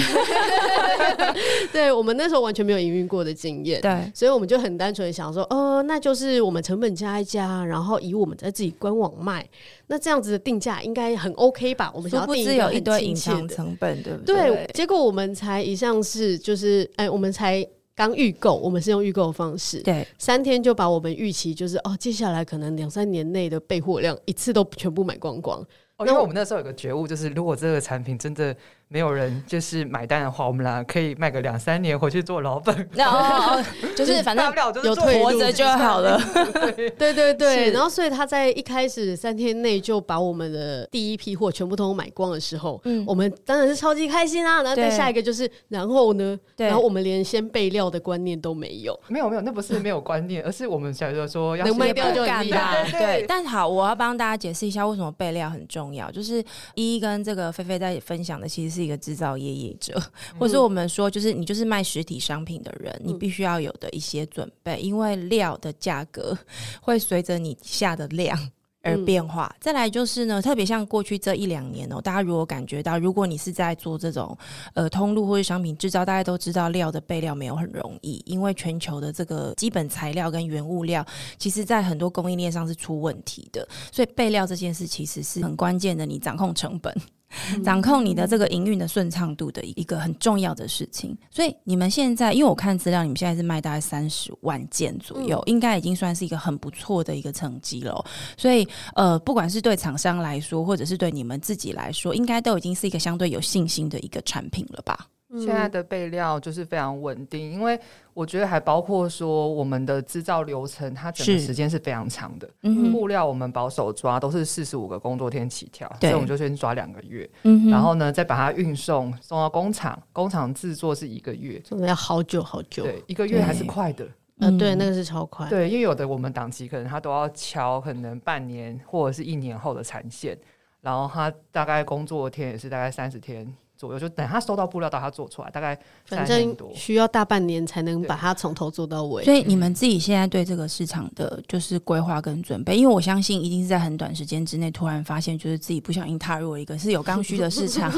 C: 对我们那时候完全没有营运过的经验，
A: 对，
C: 所以我们就很单纯地想说，呃，那就是我们成本加一加，然后以我们在自己官网卖，那这样子的定价应该很 OK 吧？我们想
A: 殊
C: 要
A: 不
C: 定
A: 知
C: 个
A: 有一
C: 很
A: 堆
C: 亲
A: 隐
C: 切
A: 藏
C: 的
A: 成本，对不
C: 对，结果我们才一向是就是，哎，我们才刚预购，我们是用预购的方式，
A: 对，
C: 三天就把我们预期就是哦，接下来可能两三年内的备货量一次都全部买光光。
B: 哦
C: 那
B: 因为
C: 我
B: 我们那时候有个觉悟，就是如果这个产品真的没有人就是买单的话，我们俩可以卖个两三年回去做老本。
A: 那哦，哦就是反
B: 大
A: 正
B: 不了就是
C: 有
B: 做
C: 退
A: 活
B: 活
A: 着
B: 着
A: 就好了。
C: 对对对，
A: 是
C: 然后所以他在一开始三天内就把我们的第一批货全部都买光的时候，
A: 嗯
C: 我们当然是超级开心啊。然后再
A: 对
C: 下一个就是，然后呢，
A: 对
C: 然后我们连先备料的观念都没有，
B: 没有没有，那不是没有观念，而是我们想着说要
C: 能
B: 是
C: 卖
A: 也
C: 掉
A: 不
C: 就很
A: 敢
C: 厉
A: 啦
C: 害。
B: 啊对对对
A: 对，但好，我要帮大家解释一下为什么备料很重要。就是一跟这个菲菲在分享的，其实是一个制造业业者，
B: 嗯
A: 或是我们说，就是你就是卖实体商品的人，你必须要有的一些准备，因为料的价格会随着你下的量。而变化，再来就是呢，特别像过去这一两年哦、大家如果感觉到，如果你是在做这种呃通路或者商品制造，大家都知道料的备料没有很容易，因为全球的这个基本材料跟原物料其实在很多供应链上是出问题的，所以备料这件事其实是很关键的，你掌控成本。掌控你的这个营运的顺畅度的一个很重要的事情，所以你们现在，因为我看资料，你们现在是卖大概三十万件左右，应该已经算是一个很不错的一个成绩了哦。所以，呃，不管是对厂商来说，或者是对你们自己来说，应该都已经是一个相对有信心的一个产品了吧？
B: 现在的备料就是非常稳定，因为我觉得还包括说我们的制造流程，它整个
A: 是
B: 时间是非常长的。
A: 嗯哼
B: 布料我们保守抓都是四十五个工作天起跳，所
A: 对
B: 以我们就先抓两个月，
A: 嗯哼
B: 然后呢再把它运送送到工厂，工厂制作是一个月，
C: 真的要好久好久，
B: 对，哎一个月
A: 对
B: 还是快的，
C: 呃，对，
A: 嗯
C: 那个是超快，
B: 对，因为有的我们档期可能它都要敲可能半年或者是一年后的产线，然后它大概工作天也是大概三十天左右，就等它收到布料到它做出来，大概
C: 反
B: 三年
C: 正
B: 多。
C: 需要大半年才能
B: 对
C: 把它从头做到尾。
A: 所以你们自己现在对这个市场的就是规划跟准备，因为我相信一定是在很短时间之内突然发现，就是自己不小心踏入了一个是有刚需的市场，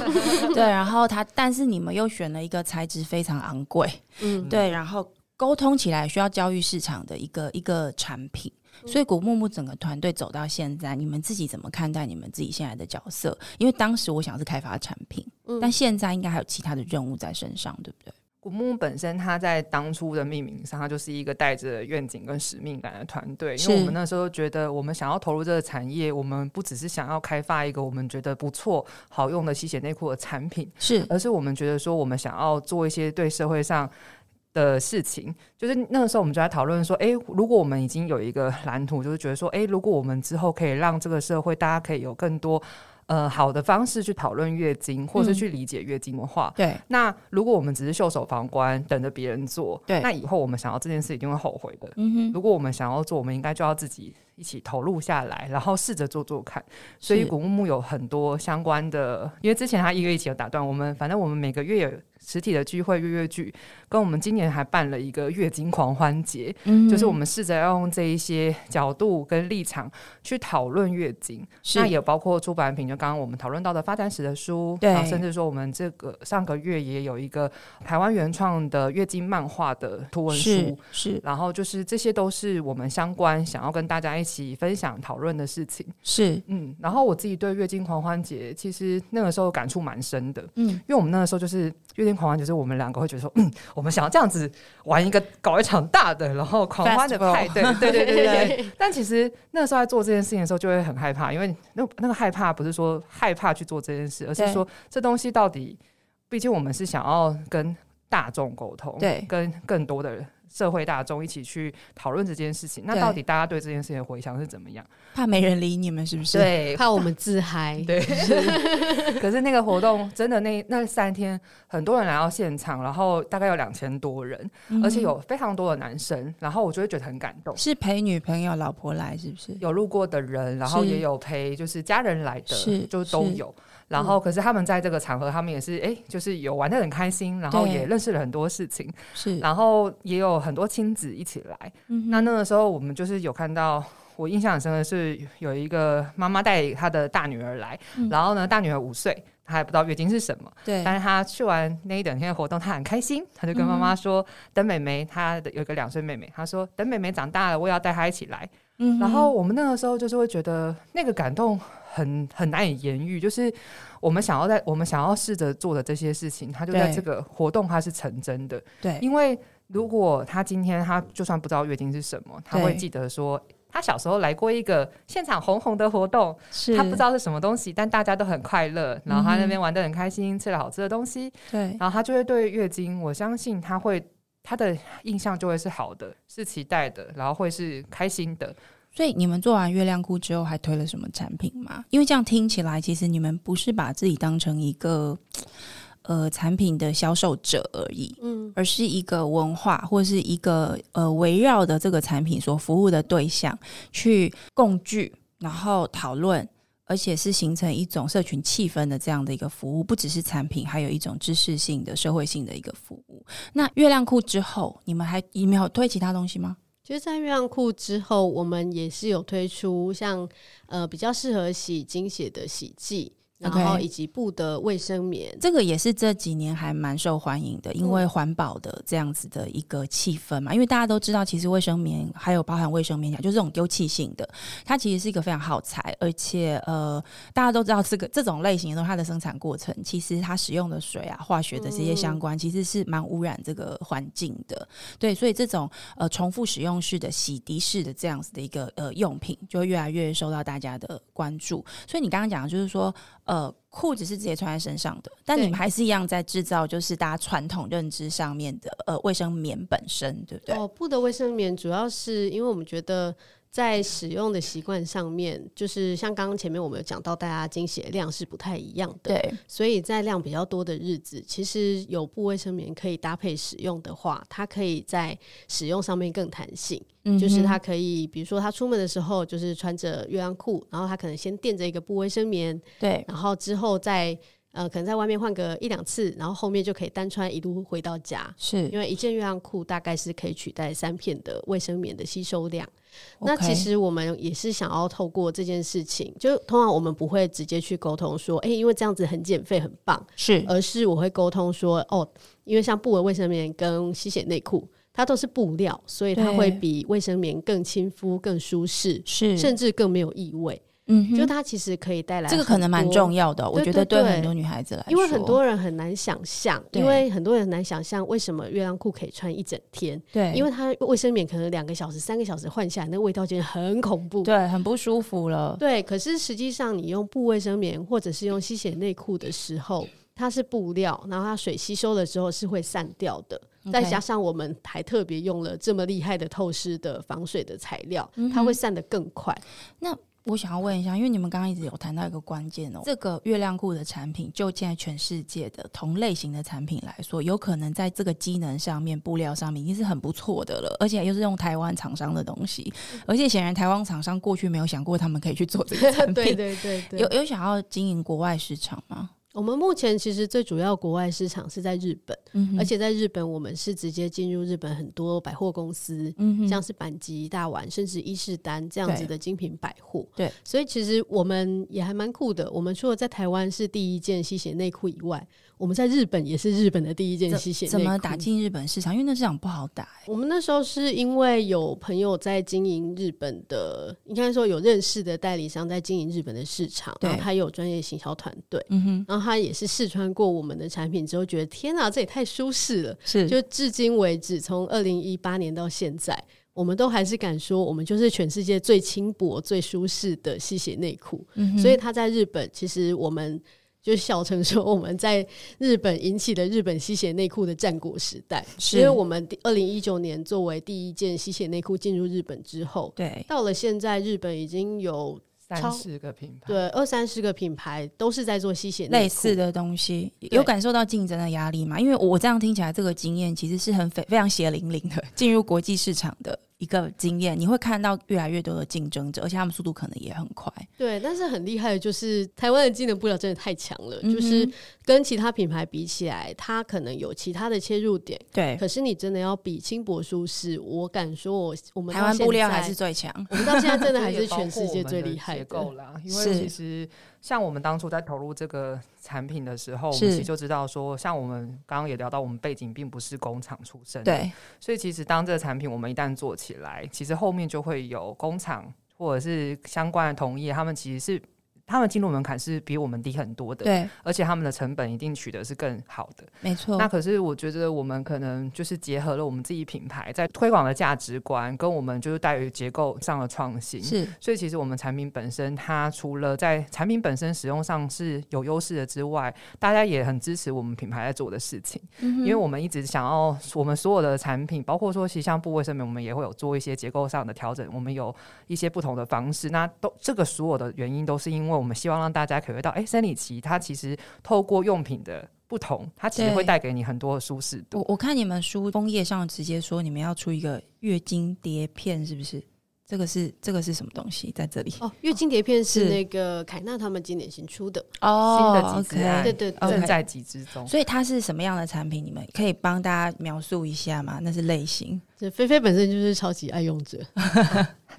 A: 对，然后它，但是你们又选了一个材质非常昂贵，
C: 嗯，
A: 对，然后沟通起来需要教育市场的一个一个产品。所以古木木整个团队走到现在，你们自己怎么看待你们自己现在的角色？因为当时我想是开发产品，
C: 嗯
A: 但现在应该还有其他的任务在身上，对不对？
B: 古木本身，它在当初的命名上，它就是一个带着愿景跟使命感的团队。因
A: 是
B: 为我们那时候觉得，我们想要投入这个产业，我们不只是想要开发一个我们觉得不错、好用的吸血内裤的产品，
A: 是
B: 而是我们觉得说，我们想要做一些对社会上。的事情，就是那个时候我们就在讨论说，诶，如果我们已经有一个蓝图，就是觉得说，诶，如果我们之后可以让这个社会大家可以有更多呃好的方式去讨论月经，或是
A: 嗯
B: 去理解月经文化，
A: 对，
B: 那如果我们只是袖手旁观，等着别人做，
A: 对
B: 那以后我们想要这件事一定会后悔的。
A: 嗯哼，
B: 如果我们想要做，我们应该就要自己一起投入下来，然后试着做做看。所以
A: 是
B: 古木木有很多相关的，因为之前他一个一起有打断我们，反正我们每个月有实体的聚会、月月聚，跟我们今年还办了一个月经狂欢节，
A: 嗯
B: 就是我
A: 哼
B: 们试着要用这一些角度跟立场去讨论月经。
A: 是
B: 那也包括出版品，就刚刚我们讨论到的发展史的书，
A: 对
B: 然后甚至说我们这个上个月也有一个台湾原创的月经漫画的图文
A: 是
B: 书。
A: 是
B: 然后就是这些都是我们相关想要跟大家一起分享讨论的事情，
A: 是，
B: 嗯，然后我自己对月经狂欢节其实那个时候感触蛮深的，
A: 嗯，
B: 因为我们那个时候就是月经狂欢节，就是我们两个会觉得说，嗯，我们想要这样子玩一个搞一场大的，然后狂欢的
A: Festival
B: 派对，对对对 对对。但其实那时候在做这件事情的时候，就会很害怕，因为那那个害怕不是说害怕去做这件事，而是
A: 对
B: 说这东西到底，毕竟我们是想要跟大众沟通，
A: 对
B: 跟更多的社会大众一起去讨论这件事情。那
A: 对
B: 到底大家对这件事情的回响是怎么样？
A: 怕没人理你们是不是？，
B: 对
C: 怕我们自嗨，
B: 对，可是那个活动真的那那三天，很多人来到现场，然后大概有两千多人，
A: 嗯
B: 而且有非常多的男生，然后我就会觉得很感动。
A: 是陪女朋友、老婆来是不是？
B: 有路过的人，然后
A: 是
B: 也有陪就是家人来的，
A: 是
B: 就都
A: 是嗯
B: 有。然后，可是他们在这个场合，他们也是哎、就是有玩的很开心，然后
A: 对
B: 也认识了很多事情，
A: 是，
B: 然后也有很多亲子一起来。
A: 嗯
B: 那那个时候，我们就是有看到，我印象很深的是有一个妈妈带她的大女儿来，然后呢，大女儿五岁，她还不知道月经是什么，
A: 嗯对，
B: 但是她去完那一整天的活动，她很开心，她就跟妈
A: 嗯
B: 妈说：“等妹妹，她的有一个两岁妹妹，她说等妹妹长大了，我也要带她一起来。”
A: 嗯
B: 然后我们那个时候就是会觉得那个感动很很难以言喻，就是我们想要在我们想要试着做的这些事情，它就在
A: 对
B: 这个活动它是成真的。
A: 对，
B: 因为如果他今天他就算不知道月经是什么，他
A: 对
B: 会记得说。他他小时候来过一个现场红红的活动，
A: 是
B: 他不知道是什么东西，但大家都很快乐，然后他那边玩的很开心，吃了好吃的东西，
A: 对，
B: 然后他就会对月经，我相信他会他的印象就会是好的，是期待的，然后会是开心的。
A: 所以你们做完月亮裤之后，还推了什么产品吗？因为这样听起来，其实你们不是把自己当成一个呃产品的销售者而已，
C: 嗯，
A: 而是一个文化或是一个呃围绕的这个产品所服务的对象去共聚，然后讨论。而且是形成一种社群气氛的这样的一个服务，不只是产品，还有一种知识性的、社会性的一个服务。那月亮裤之后，你们还你们有推其他东西吗？
C: 其实，在月亮裤之后，我们也是有推出像呃比较适合洗经血的洗剂，然
A: OK
C: 后以及布的卫生棉。
A: 这个也是这几年还蛮受欢迎的，因为环保的这样子的一个气氛嘛。因为大家都知道，其实卫生棉还有包含卫生棉条，就是这种丢弃性的，它其实是一个非常耗材，而且呃，大家都知道这个这种类型的东西它的生产过程，其实它使用的水啊、化学的这些相关，其实是蛮污染这个环境的。对，所以这种呃重复使用式的、洗涤式的这样子的一个呃用品，就会越来越受到大家的关注。所以你刚刚讲的就是说，呃，裤子是直接穿在身上的，但
C: 对
A: 你们还是一样在制造，就是大家传统认知上面的呃卫生棉本身，对不对？
C: 哦，布的卫生棉主要是因为我们觉得在使用的习惯上面，就是像刚刚前面我们有讲到，大家经血量是不太一样的，
A: 对，
C: 所以在量比较多的日子，其实有布卫生棉可以搭配使用的话，它可以在使用上面更弹性。
A: 嗯
C: 就是
A: 哼
C: 他可以，比如说他出门的时候，就是穿着月亮裤，然后他可能先垫着一个布卫生棉，
A: 对。
C: 然后之后再呃，可能在外面换个一两次，然后后面就可以单穿一路回到家。
A: 是
C: 因，为一件月亮裤大概是可以取代三片的卫生棉的吸收量。那
A: OK
C: 其实我们也是想要透过这件事情，就通常我们不会直接去沟通说，诶，因为这样子很减费很棒，
A: 是
C: 而是我会沟通说，哦，因为像布纹卫生棉跟吸血内裤，它都是布料，所以它
A: 对
C: 会比卫生棉更亲肤、更舒适，
A: 是，
C: 甚至更没有异味。
A: 嗯哼，
C: 就它其实可以带来
A: 这个可能蛮重
C: 要。
A: 要的哦，我
C: 对
A: 觉得
C: 对
A: 对
C: 对
A: 很多女孩子来说，
C: 因为很多人很难想象，
A: 对
C: 因为很多人很难想象为什么月亮裤可以穿一整天，
A: 对，
C: 因为它卫生棉可能两个小时、三个小时换下来，那个味道真的很恐怖。
A: 对很不舒服了，
C: 对，可是实际上你用布卫生棉或者是用吸血内裤的时候，它是布料，然后它水吸收了之后是会散掉的。再
A: OK
C: 加上我们还特别用了这么厉害的透湿的防水的材料，
A: 嗯哼
C: 它会散得更快。
A: 我想要问一下，因为你们刚刚一直有谈到一个关键哦，这个月亮裤的产品，就现在全世界的同类型的产品来说，有可能在这个机能上面、布料上面已经是很不错的了，而且又是用台湾厂商的东 西，而且显然台湾厂商过去没有想过他们可以去做这个产品。
C: 对 对对 对，
A: 有有想要经营国外市场吗？
C: 我们目前其实最主要国外市场是在日本，
A: 嗯哼
C: 而且在日本我们是直接进入日本很多百货公司，
A: 嗯哼
C: 像是板吉、大丸，甚至伊势丹这样子
A: 对
C: 的精品百货。
A: 对，
C: 所以其实我们也还蛮酷的。我们除了在台湾是第一件吸血内裤以外，我们在日本也是日本的第一件吸血内裤。
A: 怎么打？进日本市场？因为那市场不好打、欸
C: 我们那时候是因为有朋友在经营日本的，应该说有认识的代理商在经营日本的市场，
A: 对
C: 然后他有专业行销团队，
A: 嗯哼，
C: 然后他也是试穿过我们的产品之后，觉得天哪，这也太舒适了。
A: 是
C: 就至今为止，从二零一八年到现在，我们都还是敢说，我们就是全世界最轻薄、最舒适的吸血内裤。
A: 嗯哼
C: 所以它在日本，其实我们就笑称说，我们在日本引起了日本吸血内裤的战国时代，
A: 是
C: 因为我们二零一九年作为第一件吸血内裤进入日本之后，
A: 对
C: 到了现在，日本已经有超
B: 三十个品牌，
C: 对二三十个品牌都是在做吸血内裤
A: 类似的东西，有感受到竞争的压力吗？因为我这样听起来，这个经验其实是很非非常血淋淋的， 进入国际市场的一个经验，你会看到越来越多的竞争者，而且他们速度可能也很快。
C: 对，但是很厉害的就是台湾的技能布料真的太强了，
A: 嗯哼
C: 就是跟其他品牌比起来，它可能有其他的切入点。
A: 对，
C: 可是你真的要比轻薄舒适，我敢说我，我们到
A: 台湾布料
C: 现在
A: 还是最强。
C: 我们到现在真的还
B: 这
C: 是
B: 也包括
C: 全世界
B: 我们
C: 最
B: 的
C: 厉害
B: 结
C: 的
B: 构。啦。因为
A: 是
B: 其实像我们当初在投入这个产品的时候，我们其
A: 是
B: 实就知道说，像我们刚刚也聊到，我们背景并不是工厂出身，，
A: 对，
B: 所以其实当这个产品我们一旦做起来，其实后面就会有工厂或者是相关的同业，他们其实是。他们进入门槛是比我们低很多的，
A: 对，
B: 而且他们的成本一定取得是更好的。
A: 没错。
B: 那可是我觉得我们可能就是结合了我们自己品牌在推广的价值观，跟我们就是待于结构上的创新。
A: 是
B: 所以其实我们产品本身，它除了在产品本身使用上是有优势的之外，大家也很支持我们品牌在做的事情，
A: 嗯
B: 因为我们一直想要我们所有的产品，包括说其实像部卫生棉，我们也会有做一些结构上的调整，我们有一些不同的方式。那都这个所有的原因都是因为我们希望让大家体会到，哎、生理期它其实透过用品的。不同，它其实
A: 对
B: 会带给你很多的舒适
A: 我
B: 度。
A: 我看你们书封页上直接说你们要出一个月经碟片，是不是？这个是这个是什么东西在这里？
C: 哦，月经碟片是
A: 是
C: 那个凯纳他们今年新出哦的，啊
B: 新的集资
A: 哦 OK
B: 案
C: 对对对
B: 正在集之中。
A: 所以它是什么样的产品？你们可以帮大家描述一下吗？那是类型，
C: 这菲菲本身就是超级爱用者，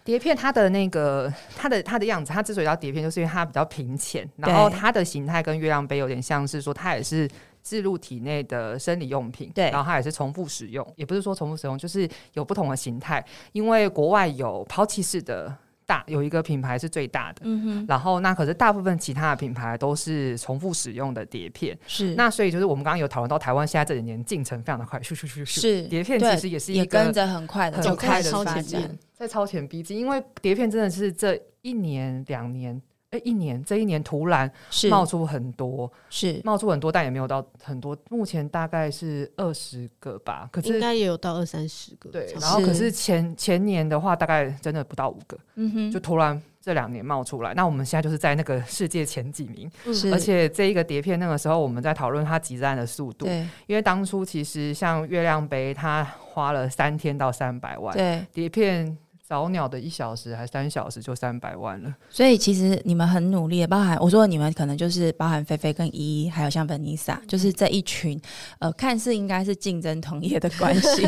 B: 碟片它的那个它的它的样子，它之所以叫碟片，就是因为它比较平浅，然后
A: 对
B: 它的形态跟月亮杯有点像是说，它也是置入体内的生理用品，
A: 对
B: 然后它也是重复使用，也不是说重复使用，就是有不同的形态，因为国外有抛弃式的。大有一个品牌是最大的，
A: 嗯哼，
B: 然后那可是大部分其他的品牌都是重复使用的碟片，
A: 是
B: 那所以就是我们刚刚有讨论到台湾现在这几年进程非常的快，咻咻咻咻，
A: 是
B: 碟片其
A: 对
B: 实也是一
A: 也
B: 个
A: 跟着很快的
B: 很
A: 走
B: 快
A: 开
B: 的
A: 始
B: 发
A: 发
C: 展
A: 展，
B: 在超前逼近，因为碟片真的是这一年两年。哎，一年这一年突然
A: 是
B: 冒出很多，
A: 是
B: 冒出很多，但也没有到很多。目前大概是二十个吧，可
C: 应
B: 是
C: 该也有到二三十个。
B: 对，
C: 差不
B: 然
C: 多
B: 后可是前前年的话，大概真的不到五个，
A: 嗯哼，
B: 就突然这两年冒出来。那我们现在就是在那个 世界前几名，
A: 是
C: 嗯
B: 而且这一个碟片那个时候我们在讨论它集赞的速度，
A: 对
B: 因为当初其实像月亮杯，它花了三天到三百万，
A: 对，
B: 碟片早鸟的一小时还三小时就三百万了，
A: 所以其实你们很努力，包含我说你们可能就是包含菲菲跟依依，还有像本妮莎，就是这一群呃，看似应该是竞争同业的关系，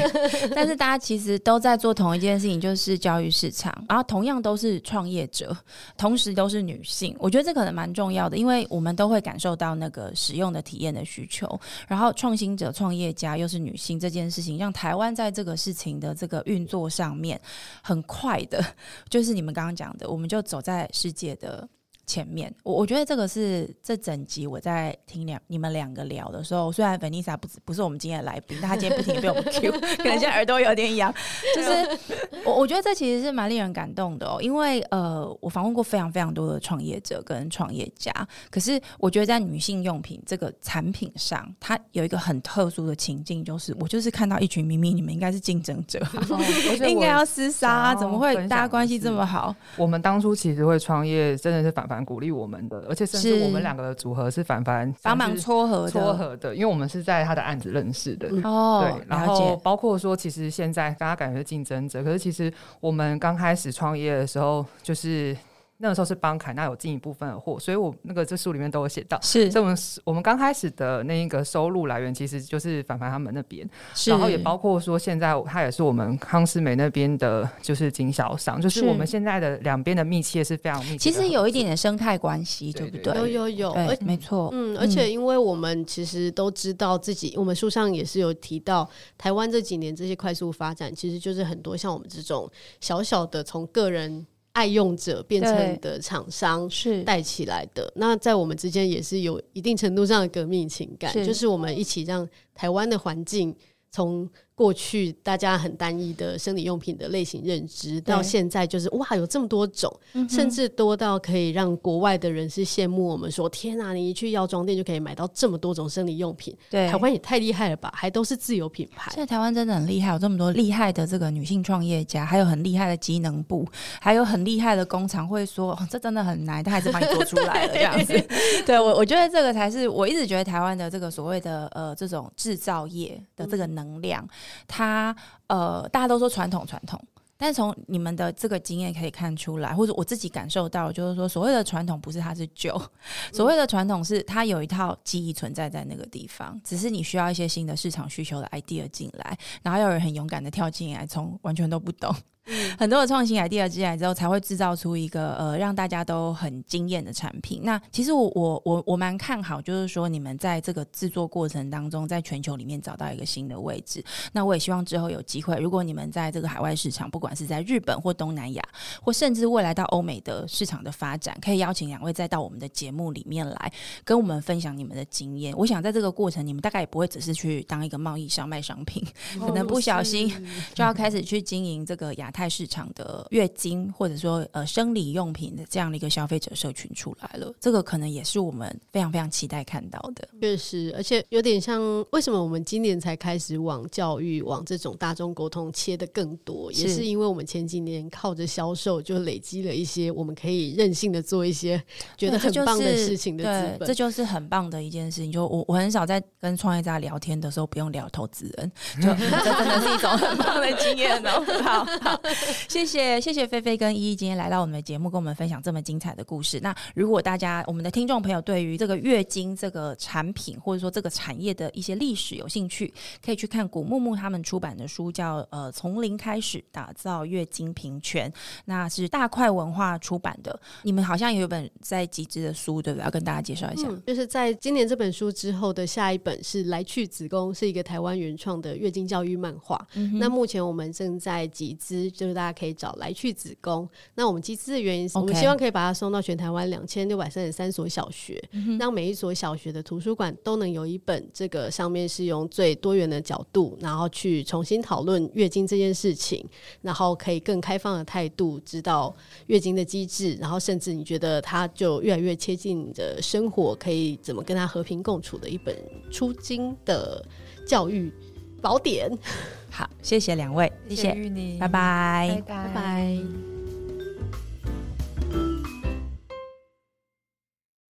A: 但是大家其实都在做同一件事情，就是教育市场，然后同样都是创业者，同时都是女性，我觉得这可能蛮重要的，因为我们都会感受到那个使用的体验的需求，然后创新者、创业家又是女性这件事情，让台湾在这个事情的这个运作上面很快的 就是你们刚刚讲的，我们就走在世界的前面。我我觉得这个是这整集我在听两你们两个聊的时候，虽然 Vanessa 不是不是我们今天的来宾，但她今天不停地被我们 Q，可能现在耳朵有点痒。就是我我觉得这其实是蛮令人感动的哦，因为呃，我访问过非常非常多的创业者跟创业家，可是我觉得在女性用品这个产品上，它有一个很特殊的情境，就是我就是看到一群明明你们应该是竞争者， 应该要厮杀、啊，
B: 想要
A: 怎么会
B: 分享
A: 大家关
B: 的
A: 系
B: 是
A: 这么好？
B: 我们当初其实会创业，真的是凡凡鼓励我们的，而且甚至
A: 是
B: 我们两个的组合是凡凡
A: 帮忙
B: 算是
A: 撮合的，
B: 撮合的，因为我们是在他的案子认识的。
A: 哦
B: 对，，然
A: 了
B: 后
A: 解，
B: 包括说，其实现在大家感觉是竞争者，可是其实我们刚开始创业的时候，就是那个时候是帮凯纳有进一部分的货，所以我那个这书里面都有写到，
A: 是
B: 所以我们我们刚开始的那一个收入来源其实就是凡凡他们那边，
A: 是，
B: 然后也包括说，现在它也是我们康斯美那边的，就是经销商，就是
A: 是
B: 我们现在的两边的密切是非常密切的合作。
A: 其实有一点点生态关系，
B: 对
A: 对不
B: 对
C: 有
A: 对？
C: 有有，而
A: 对，没错，
C: 嗯，而且因为我们其实都知道自己，我们书上也是有提到，台湾这几年这些快速发展，其实就是很多像我们这种小小的从个人爱用者变成的厂商
A: 是
C: 带起来的。那在我们之间也是有一定程度上的革命情感，
A: 是
C: 就是我们一起让台湾的环境从。过去大家很单一的生理用品的类型认知，到现在就是哇，有这么多种，
A: 嗯
C: 甚至多到可以让国外的人是羡慕我们说：“天啊，你一去药妆店就可以买到这么多种生理用品，
A: 对
C: 台。湾也太厉害了吧！还都是自有品牌
A: 现。在台湾真的很厉害，有这么多厉害的这个女性创业家，还有很厉害的机能部，还有很厉害的工厂会说、哦、这真的很难，但还是帮你做出来了这样子。 对我，我觉得这个才是我一直觉得台湾的这个所谓的呃这种制造业的这个能量，它呃大家都说传统传统。但是从你们的这个经验可以看出来，或者我自己感受到，就是说，所谓的传统不是它是旧，所谓的传统是它有一套记忆存在在那个地方，只是你需要一些新的市场需求的 idea 进来，然后要有人很勇敢的跳进来，从完全都不懂 很多的创新 idea 进来之后，才会制造出一个呃让大家都很惊艳的产品。那其实我我我我蛮看好，就是说你们在这个制作过程当中，在全球里面找到一个新的位置。那我也希望之后有机会，如果你们在这个海外市场，不管是在日本或东南亚，或甚至未来到欧美的市场的发展，可以邀请两位再到我们的节目里面来，跟我们分享你们的经验。我想在这个过程，你们大概也不会只是去当一个贸易商卖商品，可能不小心就要开始去经营这个亚太市场的月经或者说呃生理用品的这样的一个消费者社群出来了。这个可能也是我们非常非常期待看到的。
C: 确实，而且有点像为什么我们今年才开始往教育、往这种大众沟通切的更多，也
A: 是
C: 是因为我们前几年靠着销售就累积了一些我们可以任性的做一些觉
A: 对这
C: 得很
A: 就
C: 棒的
A: 是
C: 事情的资
A: 对，
C: 本
A: 这。就是很棒的一件事情。就我我很少在跟创业家聊天的时候不用聊投资人，就 这真的是一种很棒的经验哦。好，好谢谢谢谢菲菲跟依依今天来到我们的节目，跟我们分享这么精彩的故事。那如果大家我们的听众朋友对于这个月经这个产品或者说这个产业的一些历史有兴趣，可以去看古木木他们出版的书，叫呃从零开始打造月经平权，那是大块文化出版的。你们好像也有本在集资的书，对不对？要跟大家介绍一下。
C: 嗯，就是在今年这本书之后的下一本是《来去子宫》，是一个台湾原创的月经教育漫画。那目前我们正在集资，就是大家可以找《来去子宫》。那我们集资的原因是
A: OK
C: 我们希望可以把它送到全台湾两千六百三十三所小学，让每一所小学的图书馆都能有一本这个上面是用最多元的角度，然后去重新讨论月经这件事情，然后可以更开放的态度，知道月经的机制，然后甚至你觉得它就越来越贴近你的生活，可以怎么跟它和平共处的一本出经的教育宝典。
A: 好，谢谢两位，谢
B: 谢
A: 谢，
B: 玉妮，
A: 拜拜
B: 拜
C: 拜拜